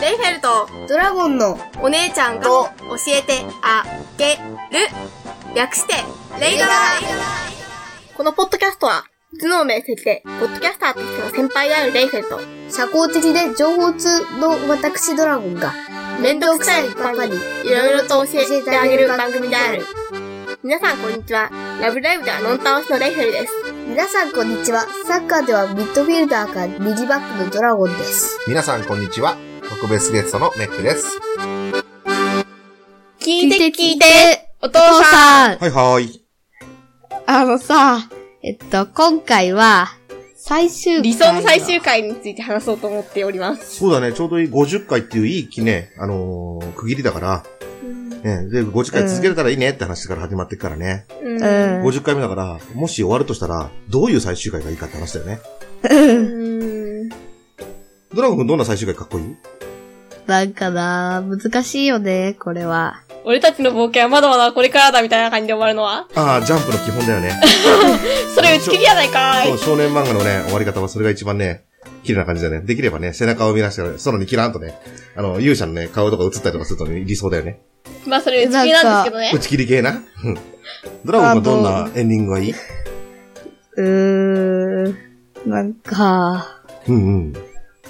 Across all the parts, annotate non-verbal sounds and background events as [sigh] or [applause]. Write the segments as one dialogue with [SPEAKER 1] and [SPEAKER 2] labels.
[SPEAKER 1] レイフェルト
[SPEAKER 2] ドラゴンの
[SPEAKER 1] お姉ちゃんが
[SPEAKER 2] と
[SPEAKER 1] 教えてあげる略してレイドラこのポッドキャストは頭脳明晰でポッドキャスターとしての先輩であるレイフェルト
[SPEAKER 2] 社交的で情報通の私ドラゴンが
[SPEAKER 1] 面倒くさいパパにいろいろと教えてあげる番組である皆さんこんにちはラブライブではノン倒しのレイフェルです
[SPEAKER 2] 皆さんこんにちはサッカーではミッドフィルダーか右バックのドラゴンです
[SPEAKER 3] 皆さん、こんにちは。特別ゲストのメックです。
[SPEAKER 1] 聞
[SPEAKER 4] いて聞いて
[SPEAKER 1] お父
[SPEAKER 4] 父さん、
[SPEAKER 3] はいはい。
[SPEAKER 4] あのさ、えっと、今回は、最終回。
[SPEAKER 1] 理想の最終。回について話そうと思っております
[SPEAKER 3] そうだね、ちょうどいい50回っていういい記ね、あのー区切りだから、ね、で50回続けれたらいいねって話から始まってっからね。
[SPEAKER 1] う
[SPEAKER 4] う。
[SPEAKER 1] うん
[SPEAKER 3] 50回目だから、もし終わるとしたら、どういう最終回がいいかって話だよね。
[SPEAKER 4] うん
[SPEAKER 1] ん
[SPEAKER 3] ドラゴン君どんな最終回かっこいい
[SPEAKER 4] なんかな、難しいよね、これは。
[SPEAKER 1] 俺たちの冒険はまだまだこれからだみたいな感じで終わるのは
[SPEAKER 3] ああ、ジャンプの基本だよね。
[SPEAKER 1] それ打ち切りやないか
[SPEAKER 3] そう、
[SPEAKER 1] い
[SPEAKER 3] 少年漫画のね、終わり方はそれが一番ね、綺麗な感じだよね。できればね、背中を見出して、空にキラーンとね、あの、勇者のね、顔とか映ったりとかするとね、理想だよね。
[SPEAKER 1] まあそれ打ち切りなんですけど
[SPEAKER 3] 打
[SPEAKER 1] ね。
[SPEAKER 3] ち切り系な。うんドラゴン君どんなエンディングがいいう
[SPEAKER 4] ーん。なんか、
[SPEAKER 3] うん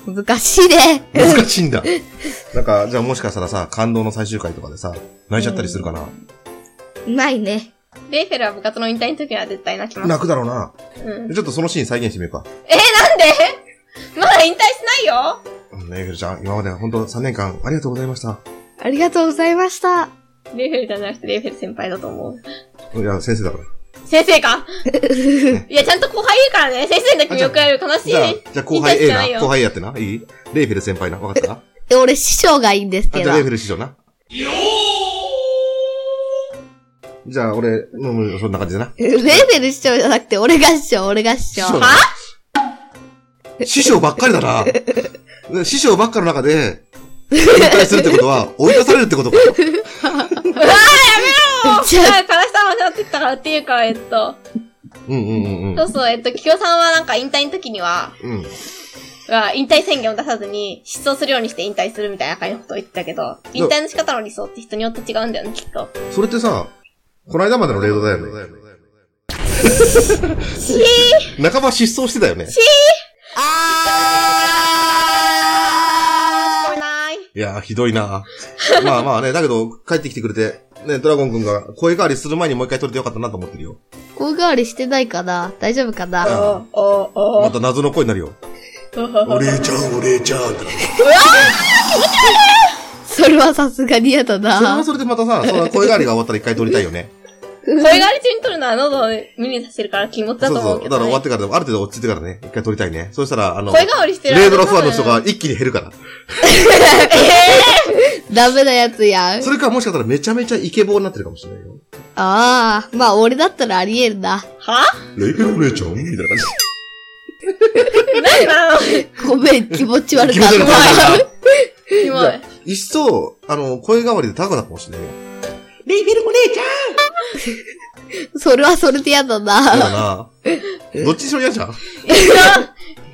[SPEAKER 3] うん。
[SPEAKER 4] 難しいね。
[SPEAKER 3] 難しいんだ。なんか、じゃあもしかしたらさ、感動の最終回とかでさ、泣いちゃったりするかな。
[SPEAKER 4] ないね。
[SPEAKER 1] レイフェルは部活の引退の時は絶対泣きます。
[SPEAKER 3] 泣くだろうな。
[SPEAKER 1] うん、
[SPEAKER 3] ちょっとそのシーン再現してみようか。
[SPEAKER 1] えー、なんでまだ引退しないよ
[SPEAKER 3] うんねえ、ゆるちゃん、今まで本当3年間ありがとうございました。
[SPEAKER 4] ありがとうございました。
[SPEAKER 1] レイフェルじゃなくてレイフェル先輩だと思う。
[SPEAKER 3] いや、先生だから。
[SPEAKER 1] 先生
[SPEAKER 3] [laughs]
[SPEAKER 1] かいや、ちゃんと後輩いるからね。先生だけ見送られる悲しい。
[SPEAKER 3] じゃあ、じゃあ後輩
[SPEAKER 1] 引退
[SPEAKER 3] A
[SPEAKER 1] しないよ
[SPEAKER 3] な。後輩 A やってな。いいレイフェル先輩な。わかった
[SPEAKER 4] え俺、師匠がいいんです
[SPEAKER 3] あ、
[SPEAKER 4] け
[SPEAKER 3] じ
[SPEAKER 4] ど
[SPEAKER 3] ゃあ、レ。イフェル師匠な。じゃあ、俺、うん、そんな感じだな。
[SPEAKER 4] レーベル師匠じゃなくて、俺が師匠、俺が師匠。
[SPEAKER 3] だな師匠ばっかりだな。で師匠ばっかの中で、引退するってことは、追い出されるってことか。
[SPEAKER 1] もうじゃあ悲しさまになってったからっていうか、えっと、
[SPEAKER 3] うんうんうん
[SPEAKER 1] そうそう、えっと、キヨさんはなんか引退の時には、
[SPEAKER 3] うん。うん。
[SPEAKER 1] は引退宣言を出さずに、失踪するようにして引退するみたいな感じのことを言ってたけど、引退の仕方の理想って人によって違うんだよね、きっと。
[SPEAKER 3] それってさ、この間までのレードだよね。半ば失踪してたよね。
[SPEAKER 1] 聞こえない。
[SPEAKER 3] いやー、ひどいなまあまあね、だけど、帰ってきてくれて、ね、ドラゴン君が声変わりする前にもう一回撮れてよかったなと思ってるよ。
[SPEAKER 4] 大変わりしてないかな大丈夫かな
[SPEAKER 3] あ
[SPEAKER 1] おお
[SPEAKER 3] また謎の声になるよ。お姉ちゃん、お姉ちゃんって。
[SPEAKER 4] それはさすがに嫌だ
[SPEAKER 3] それは
[SPEAKER 4] な。
[SPEAKER 3] それでまたさ、その声変わりが終わったら一回撮りたいよね。
[SPEAKER 1] 声があり中に撮るのは喉を無理させるから気持ちだ
[SPEAKER 3] そう
[SPEAKER 1] と
[SPEAKER 3] そ
[SPEAKER 1] 思う
[SPEAKER 3] う。
[SPEAKER 1] けど、
[SPEAKER 3] だから
[SPEAKER 1] ね。
[SPEAKER 3] 終わってからでも、ある程度落ち着いてからね、一回撮りたいね。そうしたら、あの、
[SPEAKER 1] 声変わりしてる間
[SPEAKER 3] レードラファンの人が一気に減るから。
[SPEAKER 4] ダメなやつやん。
[SPEAKER 3] それかもしかしたらめちゃめちゃイケボーになってるかもしれないよ。
[SPEAKER 4] ああ、まあ俺だったらありえるな。
[SPEAKER 1] は
[SPEAKER 3] レイペルお姉ちゃんみたいな感じ。
[SPEAKER 1] 何なの
[SPEAKER 4] ごめん、気持ち悪
[SPEAKER 3] [laughs] 気
[SPEAKER 4] か
[SPEAKER 3] 持
[SPEAKER 4] っ
[SPEAKER 3] ち悪い
[SPEAKER 4] た。
[SPEAKER 1] キモい。
[SPEAKER 3] 一層、あの、声変わりで高くなったかもしれないよ。
[SPEAKER 4] それはそれで嫌だ
[SPEAKER 3] だ
[SPEAKER 4] な。
[SPEAKER 3] から、どっちにしろ嫌じゃん
[SPEAKER 1] 一生、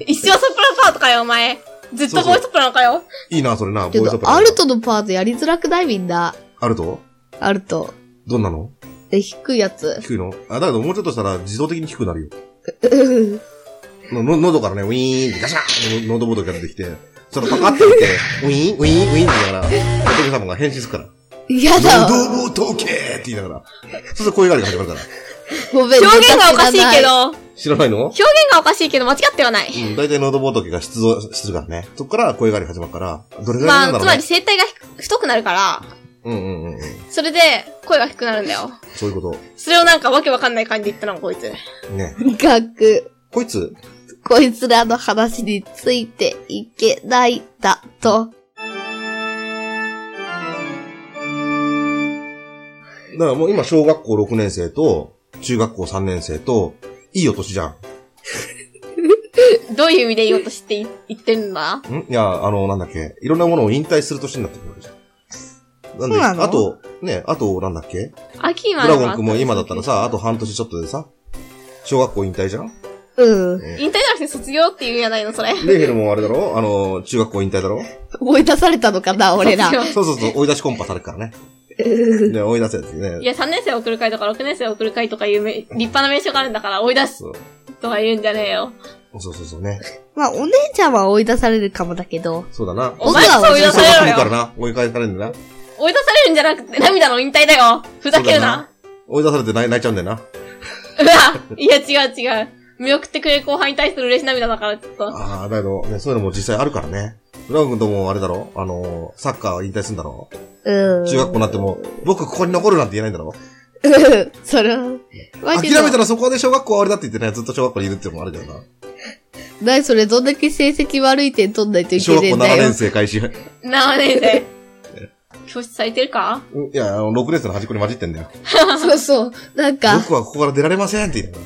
[SPEAKER 1] 一生ソプラノパートかよ、お前。ずっとボイスソプラノかよ。
[SPEAKER 3] いいな、それな、
[SPEAKER 4] け
[SPEAKER 3] ボイスオ
[SPEAKER 4] ど
[SPEAKER 3] ペ、ラ
[SPEAKER 4] アル。トのパートやりづらくないみんな。
[SPEAKER 3] あると
[SPEAKER 4] アルト。
[SPEAKER 3] どんなの
[SPEAKER 4] え、低い
[SPEAKER 3] [laughs]
[SPEAKER 4] やつ。
[SPEAKER 3] 低いのあ、だけどもうちょっとしたら自動的に低くなるよ。
[SPEAKER 4] うん
[SPEAKER 3] の、の喉からね、ウィーンってガシャーンっての喉ボトルが出てきて、それパカッて開いて、ウィーン、ウィーン、ウィーンって言いながら、仏様が変身するから。
[SPEAKER 4] 嫌だわ。
[SPEAKER 3] 喉ボトケーって言いながら、そうすると声変わりが始まるから。
[SPEAKER 4] ごめん、
[SPEAKER 1] 表現がおかしいけ
[SPEAKER 4] ネタ知らない。
[SPEAKER 1] ど、表
[SPEAKER 3] 知らないの
[SPEAKER 1] 現がおかしいけど間違ってはない。
[SPEAKER 3] うん、大体喉仏が出動するからね。そっから声変わりが始まるから、どれぐらい
[SPEAKER 1] ま
[SPEAKER 3] な
[SPEAKER 1] あ、
[SPEAKER 3] んだろ
[SPEAKER 1] つ
[SPEAKER 3] う
[SPEAKER 1] ま
[SPEAKER 3] ね
[SPEAKER 1] り。声帯が低太くなるから、
[SPEAKER 3] うんうんうんうん。
[SPEAKER 1] それで声が低くなるんだよ。
[SPEAKER 3] そういうこ
[SPEAKER 1] それをなんかわけわかんない感じで言ったの、こいつ。
[SPEAKER 3] と。ね。
[SPEAKER 4] がく、
[SPEAKER 3] こいつ、
[SPEAKER 4] こいつらの話についていけないだと。
[SPEAKER 3] だからもう今小学校6年生と、中学校3年生と、いいお年じゃん。
[SPEAKER 1] どういう意味で言おうとしてい言ってるんだ
[SPEAKER 3] んいや、あの、なんだっけ、いろんなものを引退する年になってくるわけじゃん。なんで、
[SPEAKER 4] そうなの
[SPEAKER 3] あと、ね、あと、なんだっけ
[SPEAKER 1] 秋
[SPEAKER 3] ド
[SPEAKER 1] まで
[SPEAKER 3] ラゴン君も今だったらさ、あと半年ちょっとでさ、小学校引退じゃん
[SPEAKER 4] うん。
[SPEAKER 1] 引退なら
[SPEAKER 5] らして卒業っていうんやないの、それ。
[SPEAKER 3] レイヘルもあれだろあの、中学校引退だろ
[SPEAKER 4] 追い出されたのかな、俺ら。
[SPEAKER 5] 卒業
[SPEAKER 3] そうそうそう、追い出しコンパされるからね。ね、追い出せです
[SPEAKER 5] い
[SPEAKER 3] ね。
[SPEAKER 5] や、3年生送る会とか6年生送る会とかいうめ立派な名称があるんだから、追い出す
[SPEAKER 3] そう
[SPEAKER 5] とか言うんじゃねえよ。
[SPEAKER 3] そうそうそうね。
[SPEAKER 4] まあ、お姉ちゃんは追い出されるかもだけど。
[SPEAKER 3] そうだな。
[SPEAKER 5] お前
[SPEAKER 4] 僕ら
[SPEAKER 5] そ
[SPEAKER 4] は
[SPEAKER 5] う追い出
[SPEAKER 3] そう
[SPEAKER 5] さ
[SPEAKER 3] が
[SPEAKER 5] れ
[SPEAKER 3] 来るから
[SPEAKER 5] ろよ。
[SPEAKER 3] な。追い返されるんだよな。
[SPEAKER 5] 追い出されるんじゃなくて涙の引退だよ。ふざけるな。
[SPEAKER 3] 追い出されて泣い泣いちゃうんだよな。
[SPEAKER 5] うわ [laughs] いや、違う違う。見送ってくれる後輩に対する嬉し涙だから、ちょっと。
[SPEAKER 3] ああ、だけど、ね、そういうのも実際あるからね。ブラウン君ともあれだろあの、サッカー引退するんだろ
[SPEAKER 4] うん。
[SPEAKER 3] 中学校になっても、僕ここに残るなんて言えないんだろ
[SPEAKER 4] うん [laughs] それは。まあ
[SPEAKER 3] 諦
[SPEAKER 4] けど
[SPEAKER 3] めたらそこで小学校終わりだって言ってね、ずっと小学校にいるっていうのもあるけどな。
[SPEAKER 4] なにそれ、どんだけ成績悪い点取んないとい
[SPEAKER 3] 小学
[SPEAKER 4] けねえ
[SPEAKER 3] 校
[SPEAKER 4] ん
[SPEAKER 3] 7
[SPEAKER 4] だよ
[SPEAKER 3] 年。生開始。うん
[SPEAKER 5] 7年生。教室されてるか
[SPEAKER 3] いや、あの、6年生の端っこに混じってんだよ。
[SPEAKER 4] [laughs] そうそう。なんか、
[SPEAKER 3] 僕はここから出られませんって言うんだよ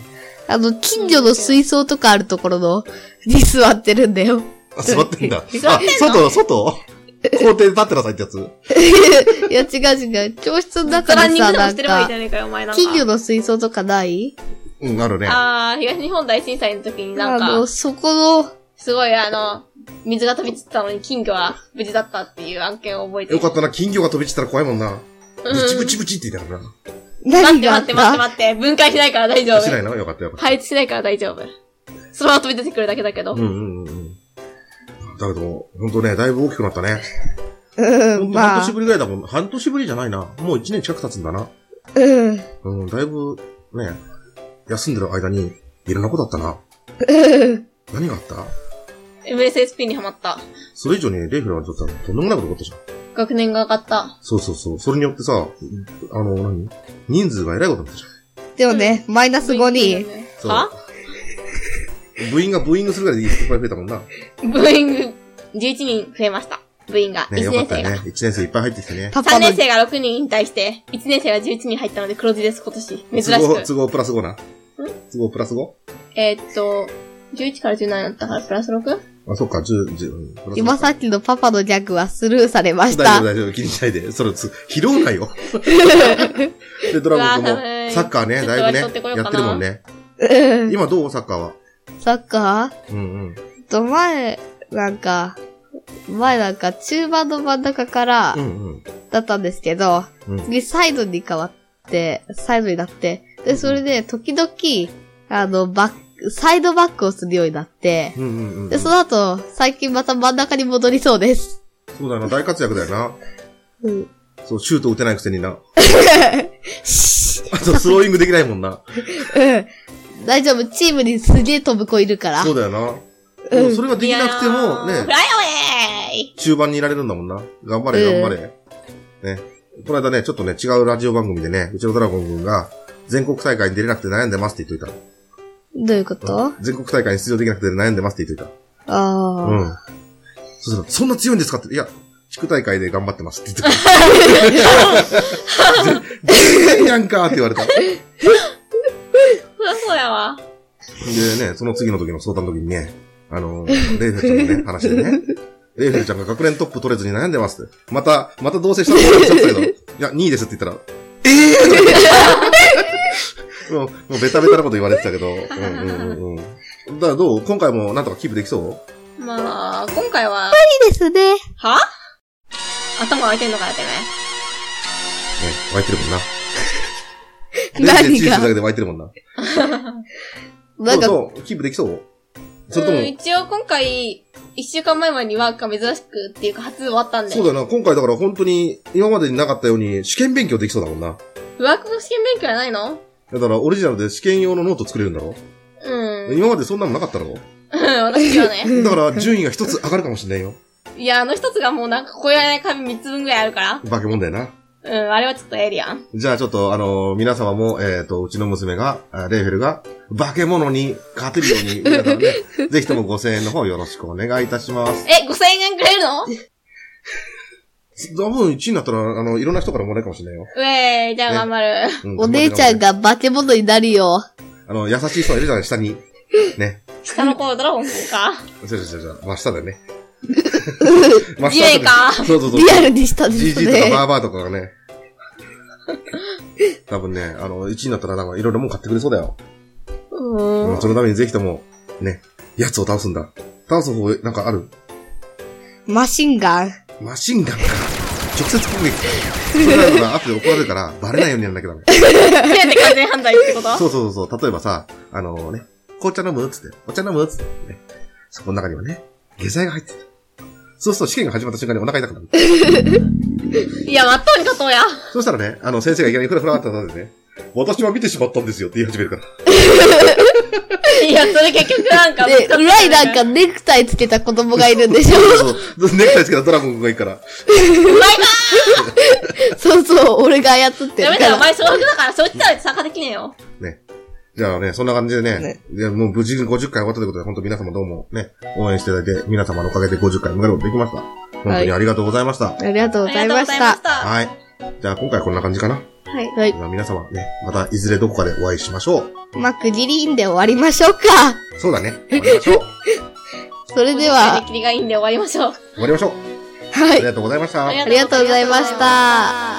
[SPEAKER 4] あの、近所の水槽とかあるところの、に座ってるんだよ。
[SPEAKER 3] あ、座ってんだ。
[SPEAKER 5] 座っ
[SPEAKER 3] あ
[SPEAKER 5] てんの、
[SPEAKER 3] 外、外校庭で立ってなさいってやつ。
[SPEAKER 4] いや、違う違う。教室の
[SPEAKER 5] プ
[SPEAKER 4] 中
[SPEAKER 5] ランニ
[SPEAKER 4] に
[SPEAKER 5] ン
[SPEAKER 4] さ、
[SPEAKER 5] グでも
[SPEAKER 4] な
[SPEAKER 5] し
[SPEAKER 4] ん
[SPEAKER 5] てればいい
[SPEAKER 4] か
[SPEAKER 5] じゃ、ねえかよ、お前なんか。
[SPEAKER 4] 近所の水槽とかない
[SPEAKER 3] うん、あるね。
[SPEAKER 5] あー、東日本大震災の時にな
[SPEAKER 4] あ
[SPEAKER 5] ん
[SPEAKER 4] の、
[SPEAKER 5] か、
[SPEAKER 4] そこの、
[SPEAKER 5] すごいあの、水が飛び散ったのに金魚は無事だったっていう案件を覚えてる
[SPEAKER 3] よかったな、金魚が飛び散ったら怖いもんな。
[SPEAKER 5] う
[SPEAKER 3] ブ
[SPEAKER 5] ん
[SPEAKER 3] チブチブチって言ってたから
[SPEAKER 5] 待
[SPEAKER 4] 何
[SPEAKER 5] って
[SPEAKER 4] があ
[SPEAKER 5] 待っ待って
[SPEAKER 4] ってた
[SPEAKER 5] 待って。分解しないから大丈
[SPEAKER 3] な。しない
[SPEAKER 5] 夫。
[SPEAKER 3] のよかったよかった。
[SPEAKER 5] 配置しないから大丈夫。そのまま飛び出てくるだけだけど。
[SPEAKER 3] うんうんうんうん。だけど、ほんとね、だいぶ大きくなったね。
[SPEAKER 4] うん、
[SPEAKER 3] 半
[SPEAKER 4] まあ
[SPEAKER 3] 年、ぶりぐらいだもん。半年ぶりじゃないな。もう一年近く経つんだな。
[SPEAKER 4] うん。
[SPEAKER 3] うん、だいぶ、ね、休んでる間に、いろんなことあった
[SPEAKER 4] [laughs]
[SPEAKER 3] な。何があった
[SPEAKER 5] MSSP にハマった。
[SPEAKER 3] それ以上にレイフラーにとってはとんでもないことが起こったじゃん。
[SPEAKER 5] 学年が上がった。
[SPEAKER 3] そうそうそう。それによってさ、あの、何人数が偉いことになったじ
[SPEAKER 4] でもね、マイナス5人。
[SPEAKER 3] そう
[SPEAKER 5] は
[SPEAKER 3] ゃん。部員がブーイングするぐらいいっぱい増えたもんな。
[SPEAKER 5] 部員11人増えました。部員が。
[SPEAKER 3] ね、
[SPEAKER 5] 1
[SPEAKER 3] よかっ
[SPEAKER 5] 年
[SPEAKER 3] た
[SPEAKER 5] 生
[SPEAKER 3] よ
[SPEAKER 5] が。
[SPEAKER 3] ね。一年生いっぱい入ってきてね。
[SPEAKER 4] パパ
[SPEAKER 5] 3
[SPEAKER 4] の
[SPEAKER 5] 年、生が6人引退して、1年生が11人入ったので黒字です、今年。珍
[SPEAKER 3] 都合、
[SPEAKER 5] しく。
[SPEAKER 3] 都合プラス5な。都合プラス 5?
[SPEAKER 5] えーっと、11から17だったからプラス 6?
[SPEAKER 3] あ、そっか、10、10、うんプラス
[SPEAKER 4] 今さっきのパパのギャグはスルーされまし
[SPEAKER 3] 大
[SPEAKER 4] た
[SPEAKER 3] 丈夫、。大丈夫、気にしないで。それ、つ拾う
[SPEAKER 5] [laughs]
[SPEAKER 3] なよ。で、ドラゴン君
[SPEAKER 5] うわー寒
[SPEAKER 3] も、
[SPEAKER 5] い
[SPEAKER 3] サッカーね、だいぶね
[SPEAKER 5] ちょっと割り取ってこよ、う
[SPEAKER 3] や
[SPEAKER 5] かな
[SPEAKER 3] ってるもんね。
[SPEAKER 4] うん
[SPEAKER 3] 今どうサッカーは。
[SPEAKER 4] サッカー
[SPEAKER 3] うんうん。
[SPEAKER 4] と前、なんか、前なんか中盤の真ん中から
[SPEAKER 3] う、ん
[SPEAKER 4] だったんですけど、
[SPEAKER 3] うん。うん。
[SPEAKER 4] 次サイドに変わって、サイドになって、で、それで時々、あの、バック、サイドバックをするようになって、
[SPEAKER 3] うんうんうん。
[SPEAKER 4] で、その後、最近また真ん中に戻りそうです。
[SPEAKER 3] そうだよな、大活躍だよな。
[SPEAKER 4] うん。
[SPEAKER 3] そう、シュート打てないくせに
[SPEAKER 5] [laughs]
[SPEAKER 3] な。あと、スローイングできないもんな。
[SPEAKER 4] うん。大丈夫、チームにすげえ飛ぶ子いるから。
[SPEAKER 3] そうだよな。でもそれができなくても、
[SPEAKER 1] [laughs]
[SPEAKER 5] いやーフ
[SPEAKER 3] ね、
[SPEAKER 5] ライアウェイ
[SPEAKER 3] 中盤にいられるんだもんな。頑張れ、
[SPEAKER 4] うん
[SPEAKER 3] 頑張れ。ね。この間ね、ちょっとね、違うラジオ番組でね、うちのドラゴン君が、全国大会に出れなくて悩んでますって言っとい
[SPEAKER 4] どういうこと、あ
[SPEAKER 3] た。全国大会に出場できなくて悩んでますって言っといた。
[SPEAKER 4] あー、
[SPEAKER 3] うん。そしたら、そんな強いんですかって、いや、地区大会で頑張ってますって言ってた。全然やんかって言われた。で
[SPEAKER 5] そりゃそうやわ。
[SPEAKER 3] ね、その次の時の相談の時にね、あのー、レイフェルちゃんの
[SPEAKER 4] [laughs]
[SPEAKER 3] ね、話でね、レイフェルちゃんが学年トップ取れずに悩んでますって。また、また同棲したのかなって言ったけど、いや、2位ですって言ったら、ええー、 [laughs] もう、もうベタベタなこと言われてたけど、うんうんうんうん。だからどう今回もなんとかキープできそう
[SPEAKER 5] まあ、今回は、
[SPEAKER 4] いいですね。
[SPEAKER 5] は頭開いてんのかやってね。
[SPEAKER 3] ね、湧いてるもんな。レイフェル
[SPEAKER 4] [laughs] 何
[SPEAKER 3] チーズだ
[SPEAKER 4] が
[SPEAKER 3] けで湧いてるもんな。
[SPEAKER 4] なんか、
[SPEAKER 3] そうそう、キープできそうそれと
[SPEAKER 5] うん
[SPEAKER 3] も、
[SPEAKER 5] 一応今回、一週間前までにワークが珍しくっていうか初終わったんで。
[SPEAKER 3] そうだよな、今回だから本当に今までになかったように試験勉強できそうだもんな。
[SPEAKER 5] ワークの試験勉強やないの
[SPEAKER 3] だからオリジナルで試験用のノート作れるんだろ、
[SPEAKER 5] うん。
[SPEAKER 3] 今までそんなのなかった
[SPEAKER 4] [laughs]
[SPEAKER 3] ろ
[SPEAKER 5] うん私はね。
[SPEAKER 3] だから順位が一つ上がるかもしれないよ。
[SPEAKER 5] いや、あの一つがもうなんか超えられない紙三つ分ぐらいあるから。
[SPEAKER 3] 化け物だよな。
[SPEAKER 5] うん、あれはちょっとエイリアン。
[SPEAKER 3] じゃあちょっとあの皆様も、えっ、と、うちの娘が、あレイフェルが、化け物に勝てるように、皆さんね、
[SPEAKER 4] [laughs]
[SPEAKER 3] ぜひとも5000円の方よろしくお願いいたします。
[SPEAKER 5] え、5000円くれるの
[SPEAKER 3] 多分1位になったら、あの、いろんな人からもらえるかもしれないよ。
[SPEAKER 5] うえーい、じゃあ
[SPEAKER 3] ね
[SPEAKER 5] 頑張る。
[SPEAKER 3] う
[SPEAKER 4] お姉ちゃん。が化け物になるよ。
[SPEAKER 3] あの、優しい人がいるじゃない、下に。ね。
[SPEAKER 5] 下の子ドラゴンくんか。
[SPEAKER 3] じゃじゃじゃ真下だ
[SPEAKER 4] [laughs]
[SPEAKER 3] よね。
[SPEAKER 5] 地面か
[SPEAKER 3] そうそうそう
[SPEAKER 4] リ。アルにしたんです
[SPEAKER 3] GG とか
[SPEAKER 4] ね。
[SPEAKER 3] バーバーとかが
[SPEAKER 4] [laughs]
[SPEAKER 3] ね。多分ね、あの、1位になったらなんかいろいろもん買ってくれそうだよ。
[SPEAKER 5] うーん。
[SPEAKER 3] そのためにぜひとも、ね、やつを倒すんだ。倒す方、なんかある
[SPEAKER 4] マシンガン。
[SPEAKER 3] マシンガンか。直接攻撃か。それなのが後で怒られるから、バレないようにやらなきゃダ
[SPEAKER 5] [laughs]
[SPEAKER 3] メ。
[SPEAKER 5] せめて完全犯罪ってこと
[SPEAKER 3] そうそうそうそう。例えばさ、あのね、紅茶飲むっつって、お茶飲むっつって、ね。そこの中にはね、下剤が入ってる。そうすると試験が始まった瞬間にお腹痛くなる。
[SPEAKER 5] いや、まっとうに勝とうや。
[SPEAKER 3] そうしたらね、あの、先生がいきなりフラフラってなってね、私は見てしまったんですよって言い始めるから。
[SPEAKER 5] いや、それ結局なんか、
[SPEAKER 4] で、裏になんか、ネクタイつけた子供がいるん
[SPEAKER 3] [laughs]
[SPEAKER 4] でしょ
[SPEAKER 3] そうそう。ネクタイつけたドラゴンがいいから。
[SPEAKER 4] そうそう、俺が操って
[SPEAKER 5] やめ
[SPEAKER 4] るか
[SPEAKER 5] たら、お
[SPEAKER 4] ら。
[SPEAKER 5] 前小学だから、そう言ったら参加できねえよ。
[SPEAKER 3] ね。じゃあね、そんな感じでね、
[SPEAKER 4] ね
[SPEAKER 3] いやもう無事に50回終わったということで、本当皆様どうもね、応援していただいて、皆様のおかげで50回迎えることできました。本当にありがとうございました。
[SPEAKER 4] ありがとう
[SPEAKER 5] あり
[SPEAKER 4] ご
[SPEAKER 5] が
[SPEAKER 4] ざい
[SPEAKER 5] とう
[SPEAKER 4] ま
[SPEAKER 5] ご
[SPEAKER 4] し
[SPEAKER 5] ざいま
[SPEAKER 4] た
[SPEAKER 5] し。た。
[SPEAKER 3] はい。じゃあ今回こんな感じかな。
[SPEAKER 4] はい。
[SPEAKER 3] まあ皆様ね、またいずれどこかでお会いしましょう。
[SPEAKER 4] まあ、くじりんで終わりましょうか。
[SPEAKER 3] そうだね。終わりましょう。
[SPEAKER 4] それで
[SPEAKER 5] 締め [laughs]
[SPEAKER 4] は、
[SPEAKER 5] 切りがいいんで終わりましょう。
[SPEAKER 3] 終わりましょう。
[SPEAKER 4] は
[SPEAKER 3] あ
[SPEAKER 4] い
[SPEAKER 3] り。がとうございました。
[SPEAKER 4] ありがとうございました。